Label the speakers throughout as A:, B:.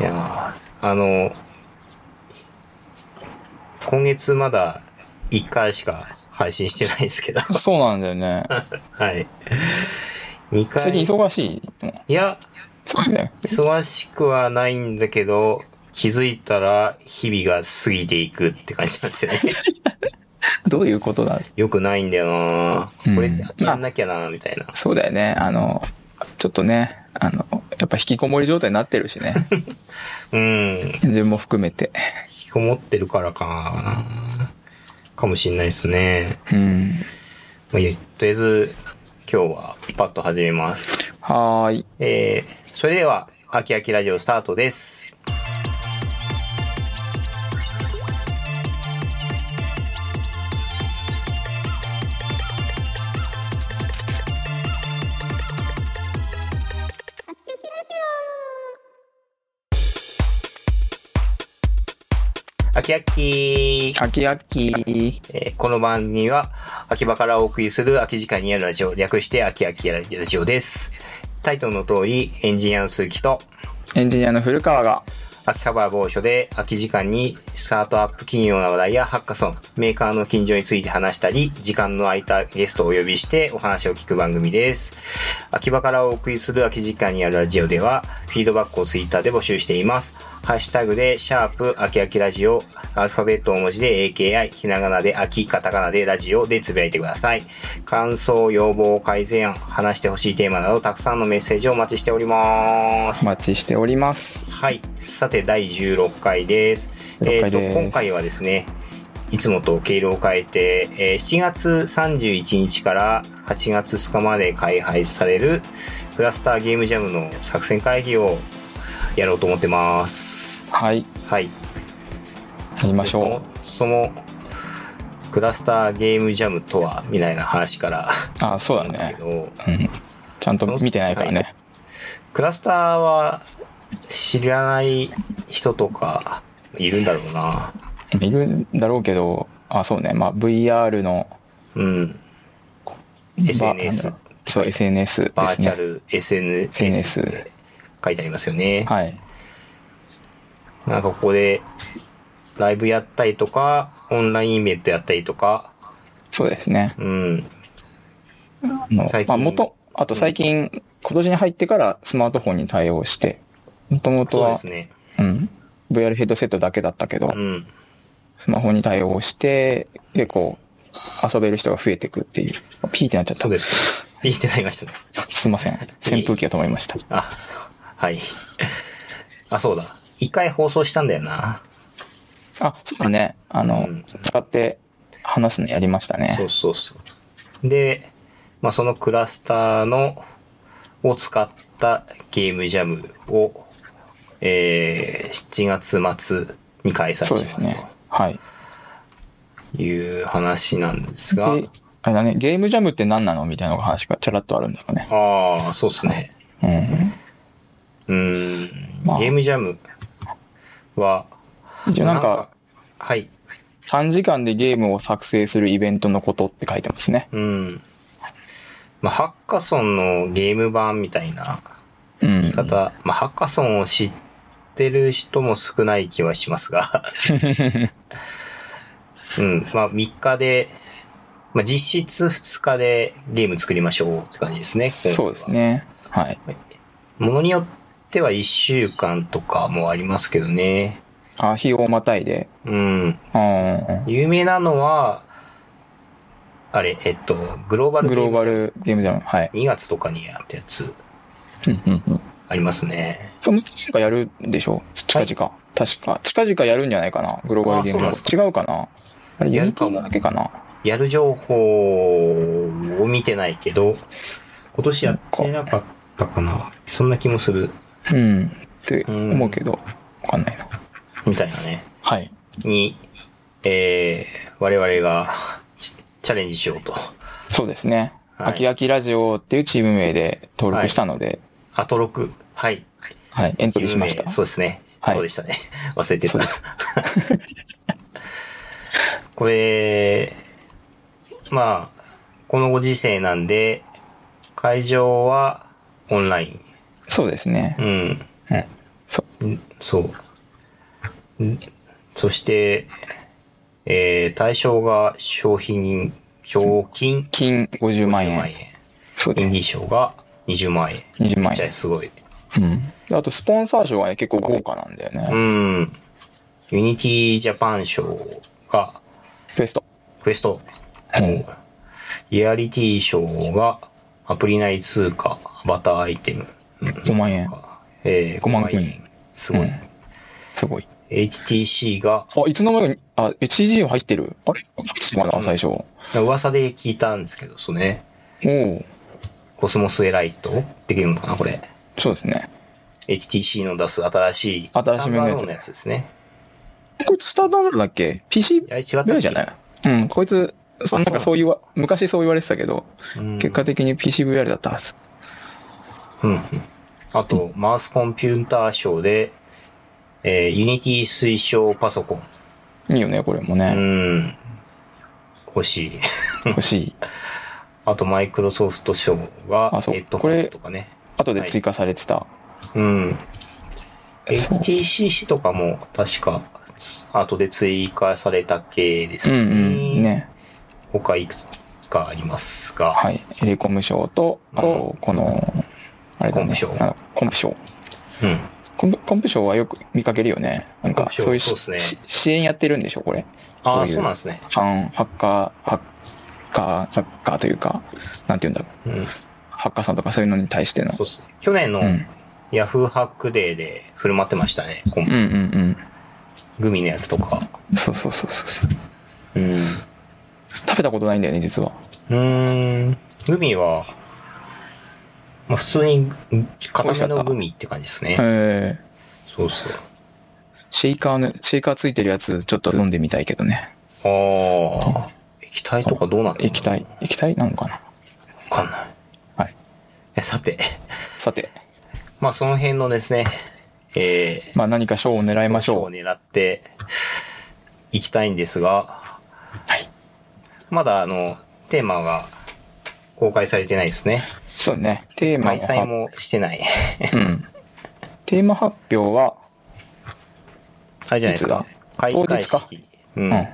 A: いやーあの今月まだ1回しか配信してないですけど
B: そうなんだよね。
A: はい2
B: 最近
A: 回
B: 忙しいの。
A: いや
B: そうだよ。
A: 忙しくはないんだけど気づいたら日々が過ぎていくって感じなんですよね
B: どういうことだ
A: よくないんだよなこれ
B: うん
A: やんなきゃなみたいな
B: そうだよね。あの、ちょっとね、あの、やっぱ引きこもり状態になってるし ね。
A: うん
B: 自分も含めて。
A: 引きこもってるからかなかもしんないですね。
B: うん。
A: まあ、いやとりあえず、今日はパッと始めます。
B: はーい。
A: えー、それでは、秋秋ラジオスタートです。秋秋
B: 秋秋。
A: えーこの番組は、秋葉からお送りする秋時間にあるラジオ、略して秋秋ラジオです。タイトルの通り、エンジニアの鈴木と、
B: エンジニアの古川が。
A: 秋葉原某所で空き時間にスタートアップ企業の話題やハッカソン、メーカーの近所について話したり、時間の空いたゲストをお呼びしてお話を聞く番組です。秋葉からお送りする空き時間にあるラジオでは、フィードバックをツイッターで募集しています。ハッシュタグで、シャープ、秋秋ラジオ、アルファベット大文字で AKI、ひながなで秋、カタカナでラジオでつぶやいてください。感想、要望、改善案、話してほしいテーマなど、たくさんのメッセージをお待ちしております
B: お。待ちしております。
A: はい。さて、第16回です。
B: 16回
A: え
B: で
A: っ
B: す
A: と、今回はですね、いつもと経路を変えて、えー7月31日から8月2日まで開催されるクラスターゲームジャムの作戦会議をやろうと思ってます。
B: はい。
A: はい。
B: やりましょ
A: でその、そのクラスターゲームジャムとはみたいな話から
B: う。あ、そう
A: なん
B: だ
A: ですけ
B: ね。
A: ど、
B: うん。ちゃんと見てないからね。
A: クラスターは知らない人とかいるんだろうな。
B: いるんだろうけど、あ、そうね。まあ、VR の。
A: うん。SNS
B: ばなんだそう、SNS ですね。
A: バーチャル SNS って書いてありますよね。
B: はい。
A: なんかここでライブやったりとか、オンラインイベントやったりとか、
B: そうですね。
A: うん。
B: の
A: 最近
B: まあ、元、あと最近、今年に入ってからスマートフォンに対応して、もともと
A: そうで
B: は
A: す、ね。
B: うん、VR ヘッドセットだけだったけ
A: う
B: ど、
A: ん。
B: スマホに対応して、結構、遊べる人が増えてくっていう。ピーってなっちゃった。
A: そう です。いいってなりましたね。
B: すいません。扇風機が止まりました。
A: あ、はい。あ、そうだ。一回放送したんだよな。
B: あ、そうだね。あの、
A: うん
B: 使って話すのやりましたね。
A: そうそうそう。で、まあ、そのクラスターの、を使ったゲームジャムを、えー、7月末に開催し
B: そう
A: ま
B: です
A: す
B: ね。はい。
A: という話なんですが、
B: で、あれだね、ゲームジャムって何なのみたいな話がちゃらっとあるんだよね。
A: ああ、そうですね。
B: う
A: うーん、
B: まあ
A: ゲームジャムは、
B: ん。一応なんか、
A: はい、
B: 3時間でゲームを作成するイベントのことって書いてますね。
A: うん。まあ、ハッカソンのゲーム版みたいな
B: うん。
A: 言い方、まあ、ハッカソンを知ってる人も少ない気はしますが。 うん。まあ、3日で、まあ、実質2日でゲーム作りましょうって感じですね。
B: そうです。ね。はい。
A: ものによっては1週間とかもありますけどね。
B: あ、日をまたいで。
A: うん。
B: うん。
A: 有名なのは、あれ、えっと、グローバル
B: グローバ
A: ル
B: ルゲームジャム。はい。
A: 2月とかにやったやつ
B: うんうんうん。
A: ありますね。
B: 今日もやるんでしょ近々。確か。近々やるんじゃないかな。グローバル
A: あ
B: ゲームジ
A: そうなんで
B: ャム。違うかな。あれ、
A: や
B: や
A: る
B: る
A: か
B: か
A: も
B: もだけかな。
A: やる情報を見てないけど、今年やってなかったかな。そんな気もする。
B: うん。って思うけど、わかんないな。
A: みたいなね。
B: はい。
A: に、えー、我々がチチャレンジしようと。
B: そうですね。
A: はい
B: あきあきラジオっていうチーム名で登録したので、
A: あと6。はい。
B: はい。エントリーしました
A: 10名。そうですね。
B: はい
A: そうでしたね。 忘れてた
B: そうで。
A: これ、まあ、このご時世なんで、会場はオンライン。
B: そうですね
A: う。ん。
B: そ
A: んそう。んそして、えー対象が商品、賞金
B: 金50万
A: 10万
B: 円。
A: 円。
B: そう
A: イン
B: で
A: デ
B: す。
A: ィー賞が20万円。
B: 20万
A: じゃあ
B: 円。
A: すごい。
B: うん。であと、スポンサー賞はね、結構豪華なんだよ
A: う
B: ね。
A: ん。ユニティジャパン賞が、
B: クエスト。
A: クエスト。
B: うん
A: リアリティ賞が、アプリ内通貨、アバターアイテム。
B: 5万円。
A: えー、
B: 5万円。
A: すごい。
B: うんすごい。
A: HTC が、
B: あ、いつの間にか、あ、HG 入ってるあれまだ最初。お
A: 噂で聞いたんですけど、そうね。
B: お
A: コスモスエライトっていうのかな、これ。
B: そうですね。
A: HTC の出す新しい、
B: 新しめのやつ
A: スタンダードのやつですね。
B: こいつスタートアップだっけ ?PC
A: いや、違ったっ
B: ぐら
A: け
B: いじゃないうん、こいつ、そなんかそう言わ、昔そう言われてたけど、
A: うん
B: 結果的に PCVR だったはず。
A: うんうん。あと、マウスコンピューター賞で、えー、ユニティ推奨パソコン。
B: いいよね、これも
A: う
B: ね。
A: ん。欲しい。
B: 欲しい。
A: あと、マイクロソフト賞が、
B: あそう
A: ヘッドホ
B: これ
A: ンとかね。
B: 後で追加されてた。
A: うん。
B: そう
A: HTC とかも、確か、つ後で追加された系です
B: うん
A: ね。
B: うん。ね。
A: 他いくつかありますが、
B: はい。エレコム賞と、あと、この、あれだね。
A: コンプ賞
B: あコンプ賞。
A: うん。
B: コンプコンプ賞はよく見かけるよね。なん
A: コン
B: か、
A: プ賞
B: そういう
A: そうっ
B: し
A: すね
B: し支援やってるんでしょ、これ。
A: ああ、
B: そういう
A: そうなんですね。
B: ファン、ハッカー、ハッカー、ハッカーというか、なんて言うんだろう。
A: うん。
B: ハッカーさんとかそういうのに対しての。
A: そうっすね。去年の
B: うん
A: ヤフーハックデーで振る舞ってましたね。コン
B: うんうん
A: グミのやつとか。
B: うん。そうそうそうそうそう。
A: うん。
B: 食べたことないんだよね、実は。
A: ん。グミは、まあ、普通に
B: 美
A: 固
B: 味しか
A: め
B: った
A: のグミって感じですね。
B: えー、
A: そうそう。
B: シェイカーの、シェイカーついてるやつ、ちょっと飲んでみたいけどね。
A: ああ。液体とかどうなってんの
B: 液体、液体なのかな
A: わかんない。
B: はい。
A: えさて、
B: さて、
A: まあその辺のですね、えー、
B: まあ何か賞を狙いまし
A: 賞
B: ょ
A: を狙っていきたいんですが、
B: う。はい。
A: まだあの、テーマが公開されてないですね。
B: そうね。テーマ
A: 開催
B: は、
A: もしてない。
B: うん。テーマ発表は、
A: あれじゃないですか
B: い。
A: 開
B: 当
A: 会
B: 日か
A: 式。う
B: うんん。。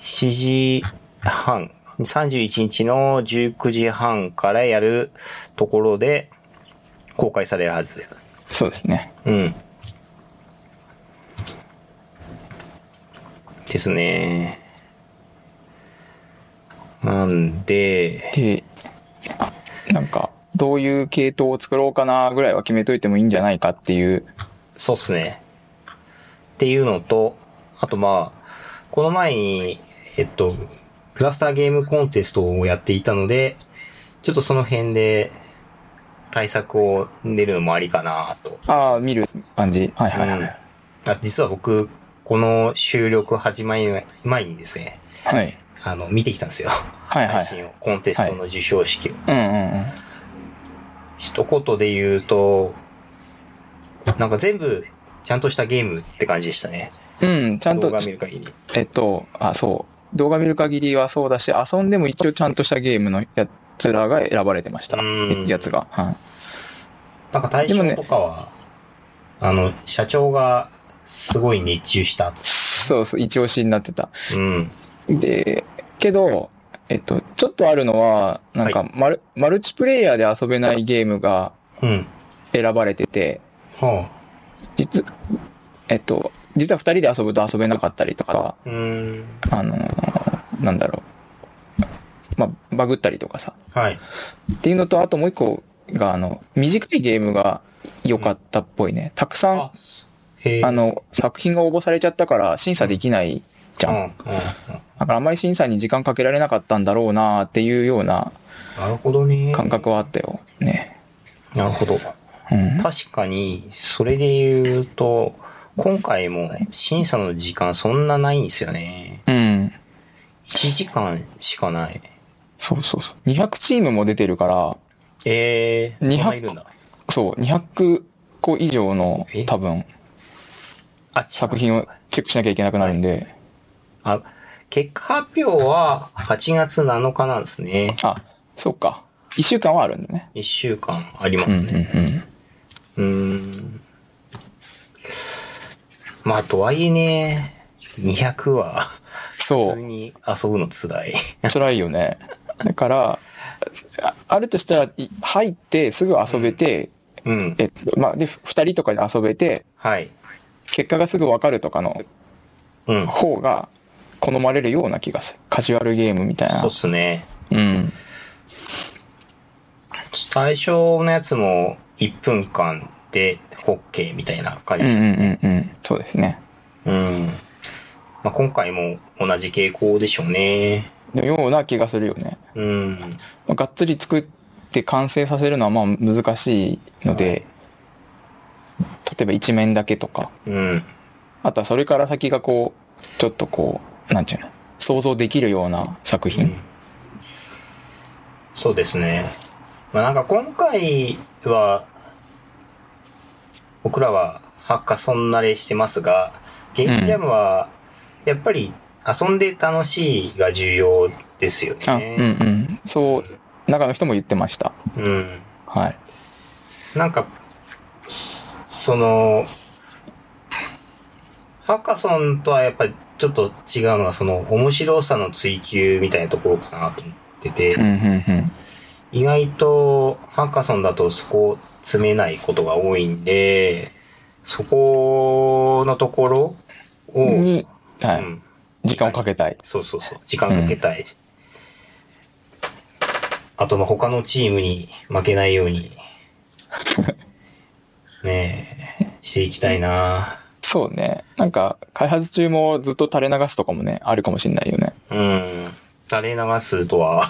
A: 7時半、31日の19時半からやるところで公開されるはず。
B: そうですね。
A: うん。ですね。なんで、
B: で、なんか、どういう系統を作ろうかなぐらいは決めといてもいいんじゃないかっていう。
A: そうっすね。っていうのと、あとまあ、この前に、えっと、クラスターゲームコンテストをやっていたので、ちょっとその辺で対策を練るのもありかなと。
B: ああ、見る感じ。はいはいはい。
A: うんあ実は僕、この収録始まり前にですね、
B: はい。
A: あの、見てきたんですよ。
B: はいは
A: 配
B: い。
A: 信を、コンテストの授賞式を。
B: うんうんうん。
A: 一言で言うと、なんか全部ちゃんとしたゲームって感じでしたね。
B: うん、ちゃん
A: 動
B: と
A: 画、見る限り。
B: えっと、あ、そう。動画見る限りはそうだし、遊んでも一応ちゃんとしたゲームのやつらが選ばれてました。
A: うん
B: やつが。はい
A: なんか対象とかは、あの、社長がすごい熱中したっつ
B: そうそう、一押しになってた。
A: うん。
B: で、けど、えっと、ちょっとあるのは、なんかマル、マルチプレイヤーで遊べないゲームが
A: うん。
B: 選ばれてて、
A: は
B: 実、えっと、実は二人で遊ぶと遊べなかったりとか、
A: あ。うーん。
B: あのーなんだろう。まあ、バグったりとかさ。
A: はい。
B: っていうのと、あともう一個が、あの、短いゲームが良かったっぽいね。たくさん、
A: あ
B: あ、
A: へえ。
B: の、作品が応募されちゃったから審査できないじ
A: うん、
B: ゃ。
A: うんん、うん。
B: だからあんまり審査に時間かけられなかったんだろうなっていうような
A: なるほどね。
B: 感覚はあったよ。ね。
A: なるほど。
B: うん。
A: 確かに、それで言うと、今回も審査の時間そんなないんですよね。
B: うん。
A: 1時間しかない。
B: そうそうそう。200チームも出てるから、
A: えー、そ
B: 200
A: んないるんだ。
B: そう、200個以上の
A: え
B: 多分
A: あ、ち
B: 作品をチェックしなきゃいけなくなるんで、
A: あ、結果発表は8月7日なんですね。
B: あ、そうか。1週間はあるんだね。
A: 1週間ありま
B: うんう
A: す
B: んう
A: ね。
B: ん。
A: うーん。まあ、とはいえね、200は、普
B: そ
A: 通に遊ぶの辛い。
B: う、辛いよね。だから、ああるとしたら、い入ってすぐ遊べて、
A: うん。
B: えっと、まあ、で、二人とかで遊べて、
A: はい。
B: 結果がすぐわかるとかの
A: うん。
B: 方が好まれるような気がする。カジュアルゲームみたいな
A: そうっ。すね。
B: うん。
A: 最初のやつも1分間でホッケーみたいな感
B: う
A: じ
B: ん
A: です
B: うん
A: ね。
B: うんうん。そうですね。
A: うん。まあ、今回も同じ傾向でしょうね。
B: のような気がするよね。
A: うん。
B: まあがっつり作って完成させるのはまあ難しいので、例えば一面だけとか、
A: うん。
B: あとはそれから先がこう、ちょっとこう、なんていうの、想像できるような作
A: うん
B: 品。
A: そうですね。まあ、なんか今回は、僕らはハッカソン慣れしてますが、ゲームジャムは、やっぱり遊んで楽しいが重要ですよ
B: あ、うん
A: ね。
B: うん。そう、中の人も言ってました。
A: うん。
B: はい。
A: なんか、そその、ハッカソンとはやっぱりちょっと違うのは、その面白さの追求みたいなところかなと思ってて、
B: うんうん
A: 意外とハッカソンだとそこを詰めないことが多いんで、そこのところを、
B: うん。に、
A: う
B: はい、
A: ん、
B: 時間をかけたい。
A: そうそうそう、時間かけたい。あと、まあ、他のチームに負けないよう に、ねえ、していきたいな
B: そうね。なんか、開発中もずっと垂れ流すとかもね、あるかもしれないよね。
A: うん。垂れ流すとは、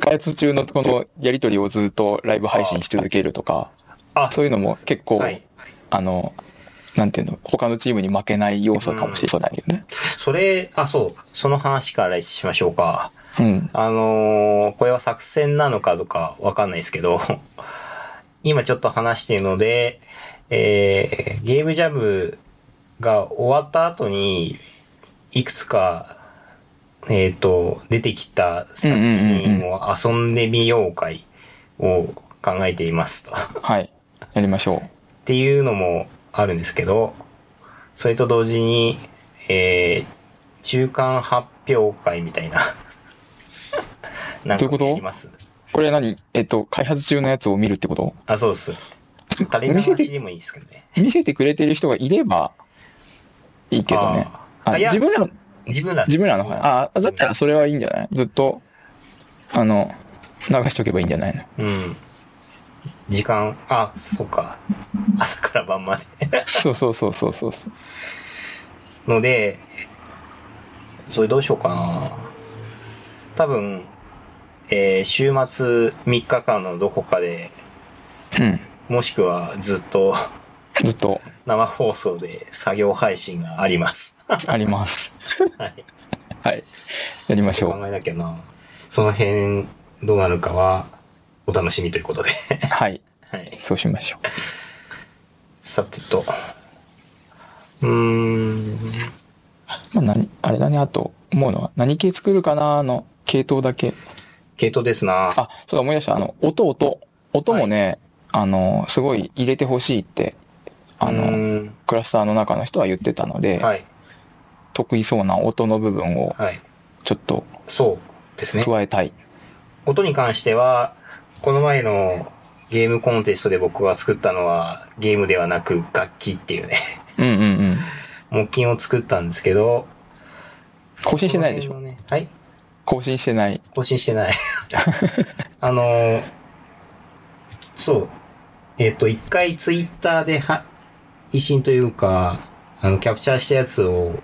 B: 開発中のこのやりとりをずっとライブ配信し続けるとか、
A: あ、
B: そういうのも結構、
A: はい。
B: あの、なんていうの、他のチームに負けない要素かもしれないよね。
A: それ、あ、そう、その話からしましょうか。
B: うん。
A: あのーこれは作戦なのかとかわかんないですけど、 今ちょっと話しているので、えーゲームジャムが終わった後に、いくつか、えっ、と、出てきた作品を遊んでみよう会を考えていますと。っ
B: はい。やりましょ
A: ていうのもあるんですけど、それと同時に、えー中間発表会みた いな。なん
B: どうい
A: か
B: うこと
A: やります
B: う。これ何えっと、開発中のやつを見るってこと
A: あ、そうです。垂れ流しでもいいですけどね。
B: 見せてくれてる人がいれば、いいけどね。
A: あー
B: あ
A: あいや
B: 自分らの、
A: 自分ら
B: 自分らの方ああ、だったらそれはいいんじゃないずっと、あの、流しとけばいいんじゃないの
A: うん。時間、あ、そうか。朝から晩まで。
B: そうそうそうそうそうそう。
A: ので、それどうしようかな。多分、えー週末3日間のどこかで、
B: うん。
A: もしくはずっと
B: ずっと
A: 生放送で作業配信があります。
B: あります。
A: はい。
B: はい。やりましょう。
A: 考えなきゃな。その辺どうなるかはお楽しみということで。
B: はい。
A: はい。
B: そうしましょう。
A: さてと。うーん。
B: まあ、何、あれだね、あと思うのは、何系作るかなの系統だけ。
A: 系統ですな。
B: あ、そうだ、思い出した。あの、音、音。音もね、あの、すごい入れてほしいって、あ
A: う
B: の、
A: ーん
B: クラスターの中の人は言ってたので、
A: はい。
B: 得意そうな音の部分を
A: はい。
B: ちょっと
A: そうですね。
B: 加えたい。
A: 音に関しては、この前のゲームコンテストで僕が作ったのはゲームではなく楽器っていうね、
B: うんうんうん。
A: 木琴を作ったんですけど。
B: 更新してないでし
A: こ
B: ょ
A: の辺のねはい
B: 更新してない。
A: 更新してない。 あのーそう。えっ、と、一回ツイッターでは、維新というか、あの、キャプチャーしたやつを、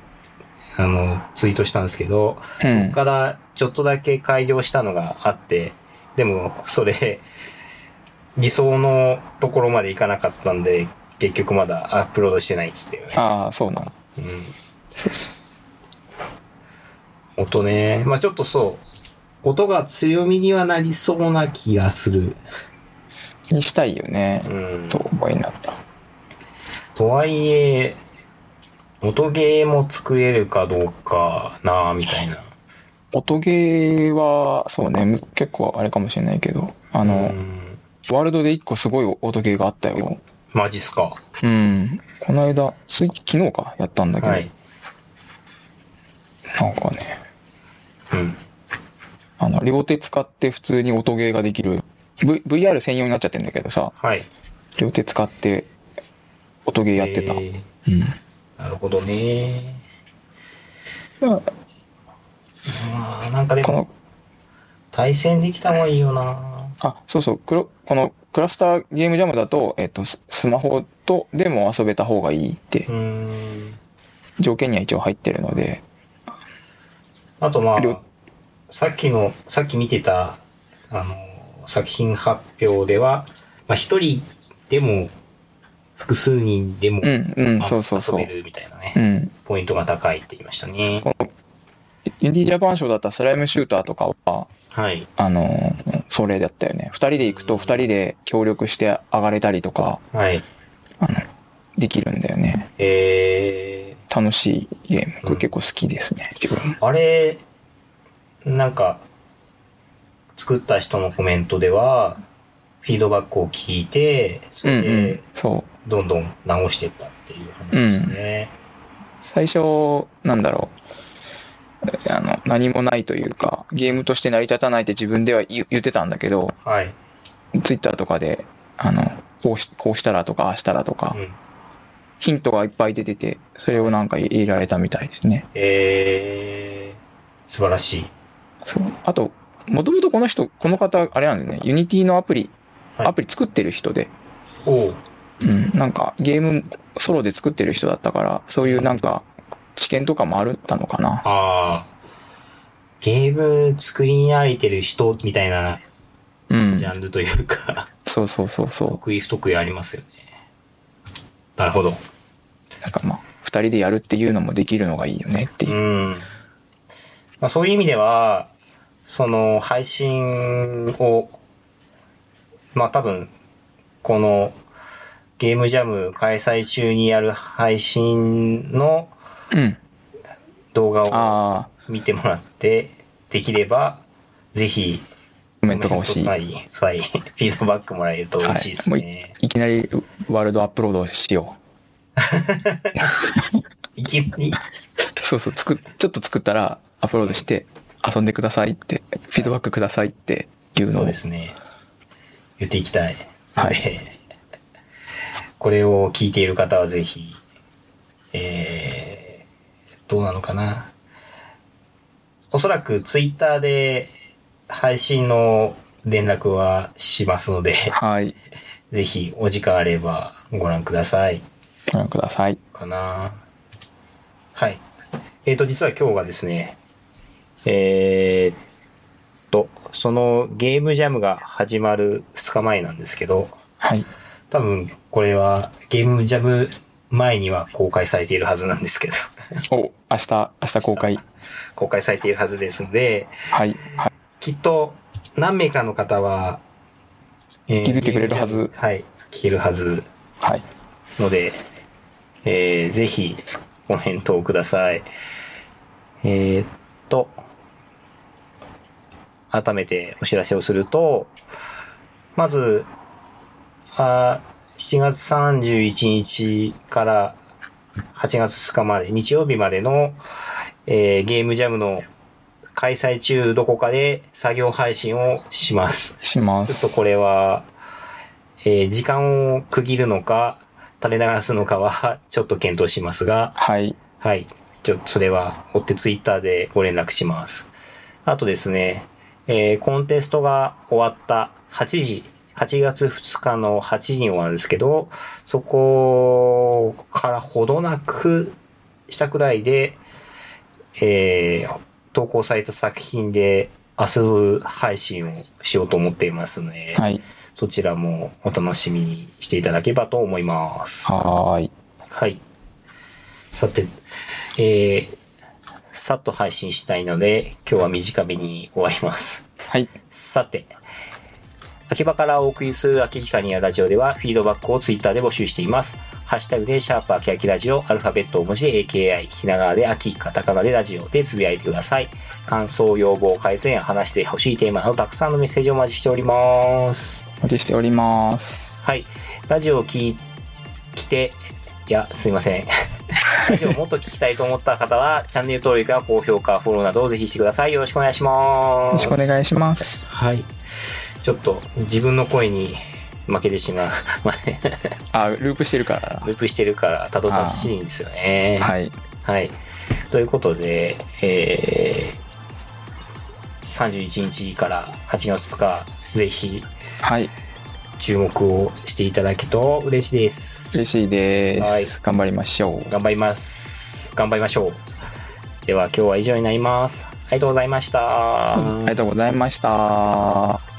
A: あの、ツイートしたんですけど、
B: う
A: そ
B: ん
A: こ。からちょっとだけ改良したのがあって、でも、それ、理想のところまでいかなかったんで、結局まだアップロードしてないっつってよね。
B: ああ、そうなの。
A: うん。音ね。まあちょっとそう。音が強みにはなりそうな気がする。
B: にしたいよね。
A: うん
B: と
A: と
B: 思いなった。
A: とはいえ、音ゲーも作れるかどうかなみたいな。
B: 音ゲーは、そうね、む結構あれかもしれないけど、あの、
A: うん
B: ワールドで一個すごい音ゲーがあったよ。
A: マジっすか。
B: うん。この間、つい昨日か、やったんだけど、
A: はい。
B: なんかね、
A: うん。
B: あの、両手使って普通に音ゲーができる、v、VR 専用になっちゃってんだけどさ、
A: はい。
B: 両手使って音ゲーやってた。
A: え
B: うん。
A: ーなるほどね。
B: まあ
A: まあ、なんかで
B: こ
A: も、
B: の、
A: 対戦できた方がいいよな。
B: あ、そうそう、クロこのクラスターゲームジャムだと、えっと、ススマホとでも遊べた方がいいって
A: う、ーん。
B: 条件には一応入ってるので、
A: あとまあ
B: りょ、
A: さっきの、さっき見てた、あの、作品発表では、まあ一人でも、複数人でも、
B: うん、うん、
A: まあ
B: そうそうそう
A: 遊。べるみたいなね、
B: うん。
A: ポイントが高いって言いましたね。
B: インディージャパン賞だったらスライムシューターとかは、
A: はい。
B: あのーそれだったよね。二人で行く
A: う
B: と
A: ん
B: 二人で協力して上がれたりとか、
A: はい。
B: あの、できるんだよね。
A: え
B: 楽しいゲーム。こ
A: うん
B: れ結構好きですね、自分も。
A: ー、あれ、なんか、作った人のコメントでは、フィードバックを聞いて、そ
B: う
A: れ
B: んう
A: で
B: ん。、そう。
A: どんどん直していったっていう話でしたね。
B: 最初なんだろうあの何もないというかゲームとして成り立たないって自分では言言ってたんだけど
A: はい。
B: ツイッターとかであのこうしこうしたらとかああしたらとか、
A: うん。
B: ヒントがいっぱい出ててそれをなんか入れられたみたいですね
A: えー、素晴らしい。
B: そうあともともとこの人この方あれなんだよねユニティのアプリ
A: はい
B: アプリ作ってる人で、
A: おう
B: うん、なんかゲームソロで作ってる人だったからそういうなんか知見とかもあったのかな
A: ああ。ゲーム作り上げてる人みたいな
B: うん
A: ジャンルという か、
B: そうそうそうそう
A: 得意不得意ありますよね。なるほど。
B: なんかまあ、二人でやるっていうのもできるのがいいよねって
A: う
B: いう。
A: ん。まあ、そういう意味では、その配信を、まあ多分、このゲームジャム開催中にやる配信の
B: うん。
A: 動画を
B: ああ、
A: 見てもらって、できれば、ぜひ、
B: コメントが欲しい。
A: は。
B: は
A: はい。
B: い
A: フィードバックもらえると嬉しいです
B: もう
A: ね。
B: いいきなりワールドアップロードしよ
A: い、きなり。
B: う。そうそう、つく、ちょっと作ったらアップロードして遊んでくださいって、フィードバックくださいっていう
A: そ
B: の
A: うで
B: です。
A: すね。言っていきたい。
B: はい
A: で。これを聞いている方はぜひ、えー、どうなのかな。おそらくツイッターで配信の連絡はしますので、
B: はい。
A: ぜひお時間あればご覧ください。
B: ご覧ください。
A: かなはい。えっ、と、実は今日がですね、えーっと、そのゲームジャムが始まる2日前なんですけど、
B: はい。
A: 多分これはゲームジャム前には公開されているはずなんですけど、
B: お、明日、明日公開。
A: 公開されているはずですので、
B: はい。はい。
A: きっと何名かの方は、えー
B: 気づいてくれるはず
A: ゲームジャムはい、聞けるはず
B: はい。
A: ので、えーぜひコメントをください。えーっと、改めてお知らせをすると、まず、あ7月31日から8月2日まで、日曜日までの、えーゲームジャムの開催中どこかで作業配信をします。
B: しま
A: ちょっ
B: す
A: と。これは、えー時間を区切るのか、垂れ流すのかは、ちょっと検討しますが、
B: はい。
A: はい。ちょ、それは、追ってツイッターでご連絡します。あとですね、えーコンテストが終わった8時、8月2日の8時に終わるんですけど、そこからほどなくしたくらいで、えー投稿された作品で遊ぶ配信をしようと思っていますので、
B: はい。
A: そちらもお楽しみにしていただければと思います。
B: はーい。
A: はい。さて、えー、さっと配信したいので、今日は短めに終わります。
B: はい。
A: さて、秋葉からお送りする秋カニアラジオでは、フィードバックをツイッターで募集しています。ハッシュタグで、シャープ秋秋ラジオ、アルファベット大文字で AKI、ひながらで秋、カタカナでラジオでつぶやいてください。感想、要望、改善、話してほしいテーマなど、たくさんのメッセージをお待ちしております。
B: お待ちしております。
A: はい。ラジオを聞い来て、いや、すいま せん。ラジオをもっと聞きたいと思った方は、チャンネル登録や高評価、フォローなどをぜひしてください。よろしくお願いします。
B: よろしくお願いします。
A: はい。ちょっと自分の声に負けてしまう。まあね
B: あ、ループしてるから
A: ループしてるからたどたどしいんですよね。
B: な。はい。
A: はい。ということで、えー、31日から8月2日、ぜひ
B: はい。
A: 注目をしていただけると嬉しいです。
B: 嬉しいです。
A: はい
B: 頑張りましょう。
A: 頑張ります。頑張りましょう。では今日は以上になります。ありがとうございました。
B: ありがとうございました。